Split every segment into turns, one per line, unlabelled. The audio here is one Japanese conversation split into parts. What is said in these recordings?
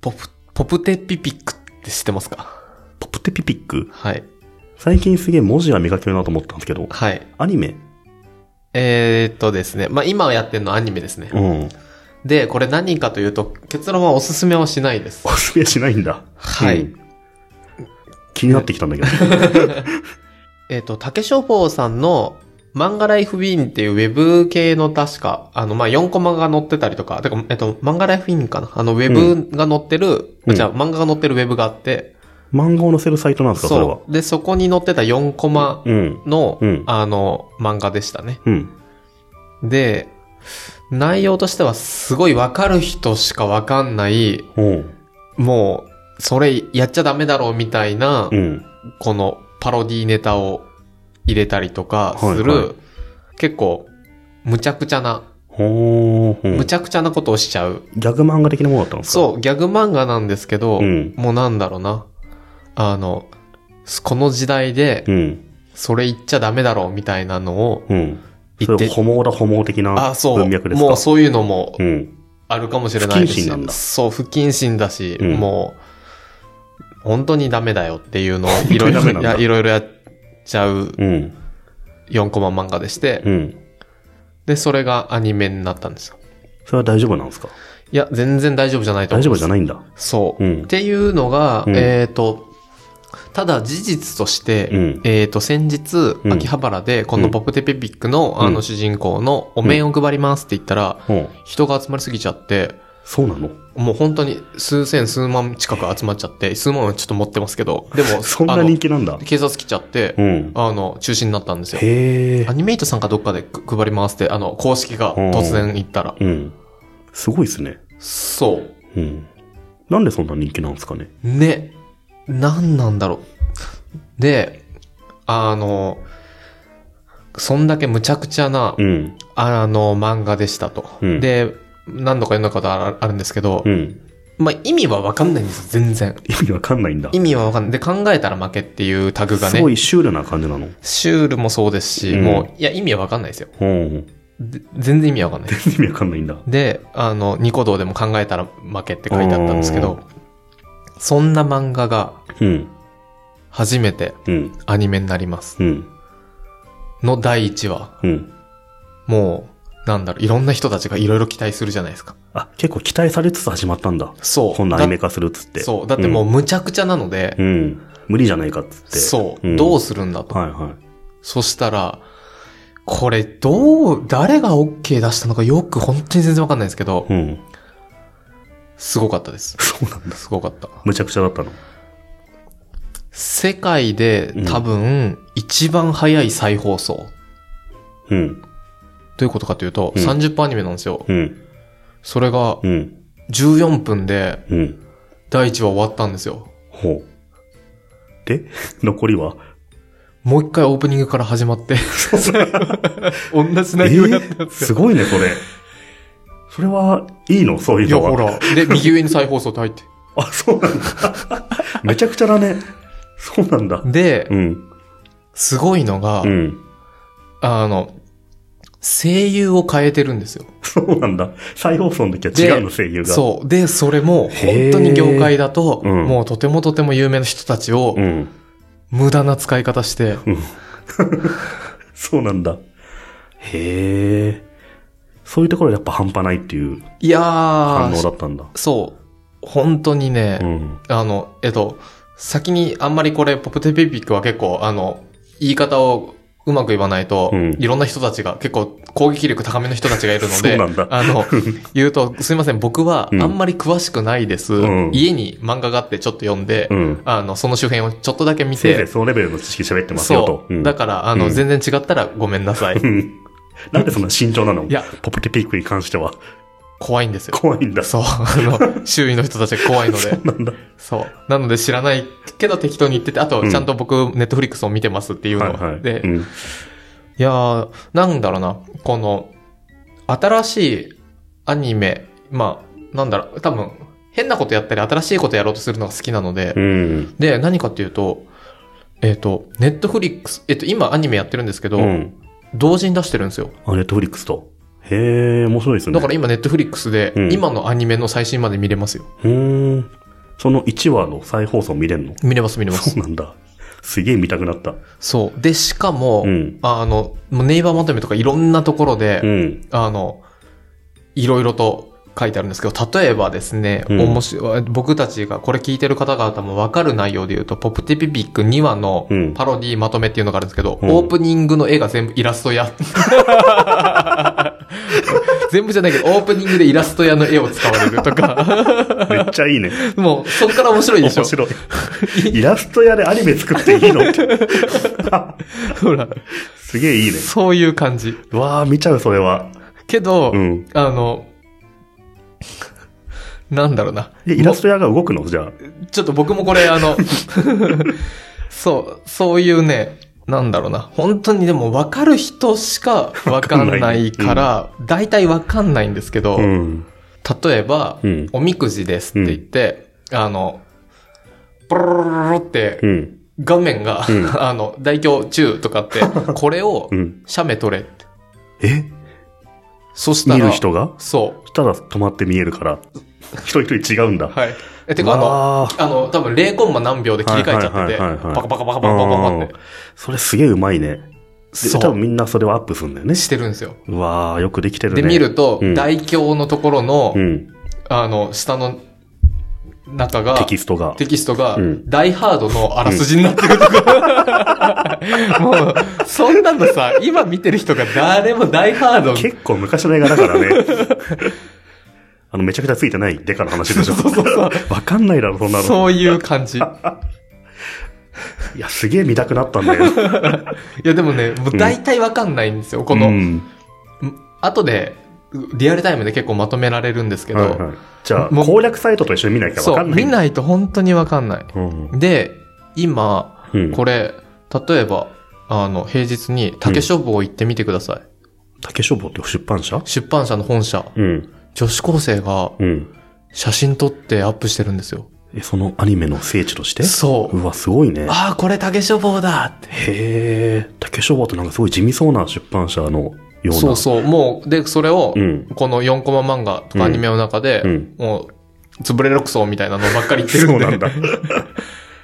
ポプ、ポプテピピックって知ってますか
ポプテピピック。
はい。
最近すげえ文字が見かけるなと思ったんですけど、
はい。
アニメ
えー、っとですね。まあ、今やってるのはアニメですね。
うん。
で、これ何かというと、結論はおすすめをしないです
お。すすめしないんだ。
はい
うん気になってきたん だけど。
えっ、と、竹書房さんの漫画ライフウィンっていうウェブ系の確か、あの、まあ、4コマが載ってたりとか、てか、えっ、と、漫画ライフウィンかなあの、ウェブが載ってる、
うん
じゃあ漫画が載ってるウェブがあって、
漫画を載せるサイトなんですか、それは
そ。う。で、そこに載ってた4コマ
うん。
の、
うん
あの、漫画でしたね。
うん。
で、内容としてはすごいわかる人しかわかんない、
うん。
もう、それやっちゃダメだろうみたいな、
うん。
このパロディネタを入れたりとかする、
はいは
結構、むちゃくちゃな、
ほー。うん
むちゃくちゃなことをしちゃう。
ギャグ漫画的なものだったんですか
そう、ギャグ漫画なんですけど、
うん
もうなんだろうな。あの、すこの時代で、
うん。
それ言っちゃダメだろうみたいなのを
うん。
言
そ
って
れ、、ホモだホモ的な
あ、そう、
文脈ですか
もうそういうのも
うん。
あるかもしれないです
不謹慎なんだ
そう、不謹慎だし、
うん
もう、本当にダメだよって いうのをい
本
ろ
当
いろ
にダメなんだ
や、いろいろやっちゃう
うん。
4コマ漫画でして、
うん。
で、それがアニメになったんですよ。
それは大丈夫なんですか
いや、全然大丈夫じゃないと思
大
い
丈
ま
夫
す。
じゃないんだ。
そう。
うん
っていうのが、
うん
えっ、と、ただ事実として、
うん
えっ、と、先日、
うん
秋葉原で、このポプテペピックの、
うん
あの主人公のお面を配りますって言ったら、
うん。
人が集まりすぎちゃって、
そうなの
もう本当に数千数万近く集まっちゃって、数万はちょっと持ってますけ ど、でも、
そんな
あの
人気なんだ。
警察来ちゃって、
うん。
あの、中止になったんですよ。
へえ
ア。ニメイトさんかどっかで配りますって、あの、公式が突然言ったら、
うん。すごいですね。
そう。
うん。なんでそんな人気なんですかね。
ね、なんなんだろう。で、あの、そんだけむちゃくちゃな、
うん。
あの、漫画でしたと。
うん
で、何度か読んだことああるんですけど、
うん。
まあ、意味はわかんないんですよ、全然。
意味わかんないんだ。
意味はわかんない。で、考えたら負けっていうタグが
すご
ね、
いシュールな感じなの。
シュールもそうですし、
うん
もう、いや、意味はわかんないですよ。
うん。
で全然意味はわかん ない。
意味わかんないんだ。
で、あの、ニコ動でも考えたら負けって書いてあったんですけ
う
ど、そんな漫画が
うん。
初めて
うん。
アニメになります。
うん。
の第1話、
うん。
もう、なんだろう、いろんな人たちがいろいろ期待するじゃないですか。
あ、結構期待されつつ始まったんだ。
そう。
こんなアニメ化するっつっ
だ
て。
そう。だってもう無茶苦茶なので、
うん。うん。無理じゃないかっつって。
そう、
ん
どうするんだと。
はいは
そしたら、これ、どう、誰が OK 出したのかよく本当に全然わかんないですけど
い。、うん。
すごかったです。
そうなんだ。
すごかった。
むちゃくちゃだったの。
世界で多分、一番早い再放送。
うん。
どういうことかというと、
うん
30分アニメなんですよ。
うん。
それが
うん。
14分で
うん。
第1話終わったんですよ。
ほう。で、残りは
もう一回オープニングから始まって、 同じ内容やったん
えー
ですよ。
すごいね、これ。それは、いいのそういう
いや、
のは。
ほら。で、右上に再放送って入って。
あ、そうなんだ。めちゃくちゃだね。そうなんだ。
で
う、ん。
すごいのが
う、ん。
あの、声優を変えてるんですよ。
そうなんだ。再放送の時
で
は違うの、声優が。
そう。で、それも、本当に業界だと、
へーうん
もうとてもとても有名な人たちを
う。、ん。
無駄な使い方して、
そうなんだ。へえ。そういうところでやっぱ半端ないっていう
いや
反応
ー、
だったんだ。
そう。本当にね
う、ん。
あの、えっと、先にあんまりこれ、ポプテピピックは結構、あの、言い方をうまく言わないと、
うん
いろんな人たちが、結構攻撃力高めの人たちがいるの
そう
で、
なんだ
あの、言うと、すいません、僕は
うん
あんまり詳しくないです。
うん
家に漫画があってちょっと読んで、
うん。
あの、その周辺をちょっとだけ見
せいぜい
て、
そのレベルの知識喋ってますよと
そ。
うん
う。だから、あの、
うん
全然違ったらごめんなさ い。
うんなんでそんな慎重なの
いや
ポプテピークに関しては。
怖いんですよ。
怖いんだ。
そう。あの、周囲の人たちが怖いので。
なんだ。
そう。なので知らないけど適当に言ってて、あと
うん
ちゃんと僕、ネットフリックスを見てますっていう
はい
の。
はい。
で、
う
い
ん
やー、なんだろうな、この、新しいアニメ、まあ、なんだろう、多分、変なことやったり、新しいことやろうとするのが好きなので、
うん。
で、何かっていうと、えっ、と、ネットフリックス、えっ、と、今アニメやってるんですけど、
うん。
同時に出してるんですよ。
あ、ネットフリックスと。へえ、面白いですね。
だから今ネットフリックスで
うん、
今のアニメの最新まで見れますよ。
うーん。その1話の再放送見れんの
見れます見れま
そ
す。
うなんだ。すげえ見たくなった。
そう。で、しかも、
うん
あの、もうネイバーまとめとかいろんなところで、
うん。
あの、いろいろと書いてあるんですけど、例えばですね、
うん
面白い僕たちがこれ聞いてる方々もわかる内容で言うと、ポプティピピック2話の
うん
パロディまとめっていうのがあるんですけど、
うん
オープニングの絵が全部イラストや。 全部じゃないけど、オープニングでイラスト屋の絵を使われると か、
めっちゃいいね。
もうそっから面 白いでしょ
面。白い。イラスト屋でアニメ作っていい のって。
ほら、
すげえいいね。
そういう感じ。
うわあ見ちゃう、それは。
けど、
うん。
あの、なんだろうな。
で、イラスト屋が動くのじゃあ。
ちょっと僕もこれ、あの、そう、そういうね、なんだろうな。本当にでも分かる人しか分かんないから、大体分かんないんですけど、
うん。
例えば、
うん
おみくじですって言って、あの、ポロロロロって
う、ん。
画面が、
うん
あの、大凶中とかって、これを
う、ん。
写メ撮れって。
え
そした
見
ら、
る人が
そ
したら止まって見えるから。一人一人違うんだ。
う。はい。え、てかあの、
わ
あの、多分0コンマ何秒で切り替えちゃってて、
はいはいはい
パ
はいは
カ
い
パカパカパカパカパカっ
う
て
ん、それすげえうまいね。で、
そう
多分みんなそれをアップするんだよね。
してるんですよ。
うわあよくできてるね。
で、見ると
うん、
大表のところの
う、ん。
あの、下の中が、
テキストが。
テキストが
うん、
ダイハードのあらすじになってると か。もう、そんなのさ、今見てる人が誰もダイハード、
結構昔の映画だからね。あの、めちゃくちゃついてないデカの話でしょ。
そうそうそう
わかんないだろ、そんなの。
そういう感じ。い
いや、すげえ見たくなったんだよ。
や、でもね、もう大体わかんないんですよ。こ
う
の、
ん
後で、リアルタイムで結構まとめられるんですけ
はい
ど、
はいじゃあ、
もう
攻略サイトと一緒に見なきゃわ
そ
か
う、
んない。
見ないと本当にわかんない。
うん。
で、今、
うん。
これ、例えば、あの、平日に竹書房行ってみてください。
竹書房って出版社
出版社の本社。
うん。
女子高生が
うん。
写真撮ってアップしてるんですよ。
え、そのアニメの聖地として
そう。
うわ、すごいね。
ああ、これ竹書房だって。
へえ。竹書房ってなんかすごい地味そうな出版社のような。
そうそう。もう、で、それを
う、ん。
この4コマ漫画とかアニメの中で、
うん
もう、潰れろくそみたいなのばっかり言ってる
そ
ん
う
で。
な んだ。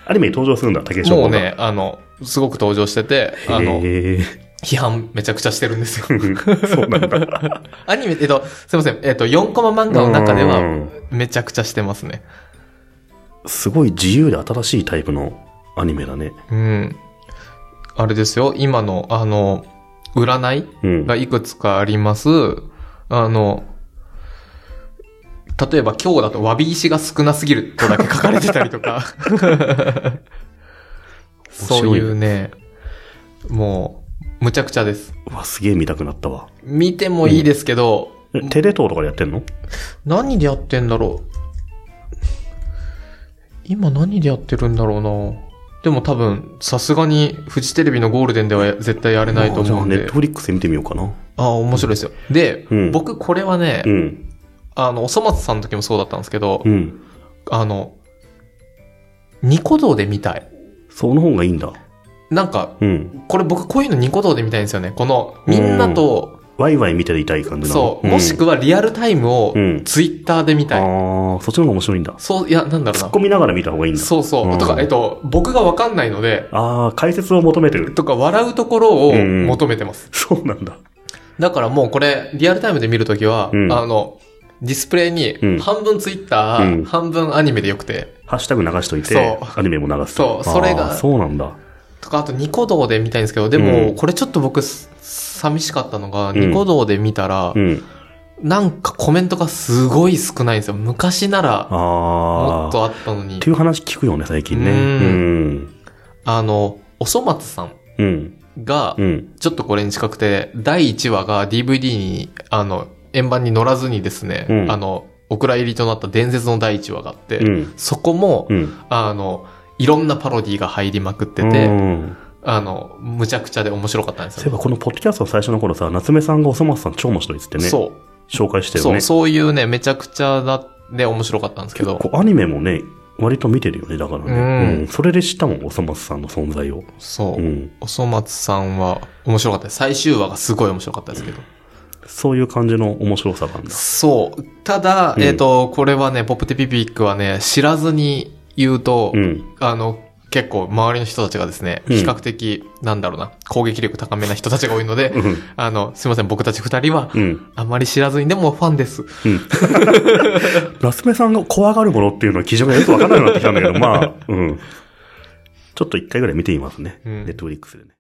アニメに登場するんだ、竹書
も
房
う
が。
ね、あの、すごく登場してて、あの、
へ え。
批判めちゃくちゃしてるんですよ。
そうなんだ。
アニメ、えっと、すいません、えっと、4コマ漫画の中で
う
は
ん、
めちゃくちゃしてますね。
すごい自由で新しいタイプのアニメだね。
うん。あれですよ、今の、あの、占いうが
ん。
いくつかあります。あの、例えば今日だと、わび石が少なすぎるとだけ書かれてたりと か。そういうね、もう、むちゃくちゃです。
うわ、すげえ見たくなったわ。
見てもいいですけど、
えテレ東とかでやってんの
何でやってんだろう。今何でやってるんだろうな。でも多分、さすがにフジテレビのゴールデンでは絶対やれないと思うん
じゃあネ
で
ット。フリックスで見てみようかな。
ああ、面白いですよ。で、
うん
僕これはね、
うん。
あの、おそ松さんの時もそうだったんですけど、
うん。
あの、ニコ動で見たい。
その方がいいんだ。
なんか、
うん。
これ僕こういうのニコ動で見たいんですよね。この、みんなと、
ワイワイ見ていたい感じなの
そう、もしくはリアルタイムを
うん
ツイッターで見たい。
ああ、そっちの方が面白いんだ。
そう、いや、なんだろう
突っ
な。
込みながら見た方がいいんだ。
そうそう。
うん
とか、えっと、僕がわかんないので、
ああ、解説を求めてる。
とか、笑うところを
うん
求めてます。
そうなんだ。
だからもうこれ、リアルタイムで見るときは、
うん
あの、ディスプレイ
うん
に、半分ツイッター、
うん
半分アニメでよくて、
ハッシュタグ流しといて
そ、
アニメも流す。
そうそれが
あーそうなんだ。
とか、あとニコ動で見たいんですけど、で
う
も、
ん
これちょっと僕、す寂しかったのが、
うん
ニコ動で見たら
う、ん。
なんかコメントがすごい少ないんですよ。昔なら、も
あ
っ
あ。
とあったのに
ってい。う話聞くよね、最近ね。
う
うん。
あの、おそ松さん
うん。
が
う、ん。
ちょっとこれに近くて、第1話が DVD に、あの、円盤に乗らずにですね、
うん
あの、お蔵入りとなった伝説の第1話があって、
うん。
そこも、
うん。
あの、いろんなパロディが入りまくってて、
うん
あの、むちゃくちゃで面白かったんです
そういえ
よ、
ばこのポッドキャストの最初の頃さ、夏目さんがおそ松さん超の人いつってね、
そ
紹介して
う、
るよ
そ
ね。
う、そういうね、めちゃくちゃだで面白かったんですけど、
こうアニメもね、割と見てるよね、だからね。
うん
うんそれで知ったもん、おそ松さんの存在を。
そうう、
ん。
おそ松さんは面白かったです。最終話がすごい面白かったですけど。
そういう感じの面白さがあるんだ。
そう。ただ、
うん
えっ、と、これはね、ポップテピピックはね、知らずに言うと、
うん。
あの、結構周りの人たちがですね、
うん
比較的、なんだろうな、攻撃力高めな人たちが多いので
う、ん。
あの、すいません、僕たち二人は、
うん。
あまり知らずにでもファンです。
うん。ラスメさんが怖がるものっていうのは基準がよくわからなくなってきたんだけど、まあ、うん。ちょっと一回ぐらい見てみますね。
うん
ネットフリックスでね。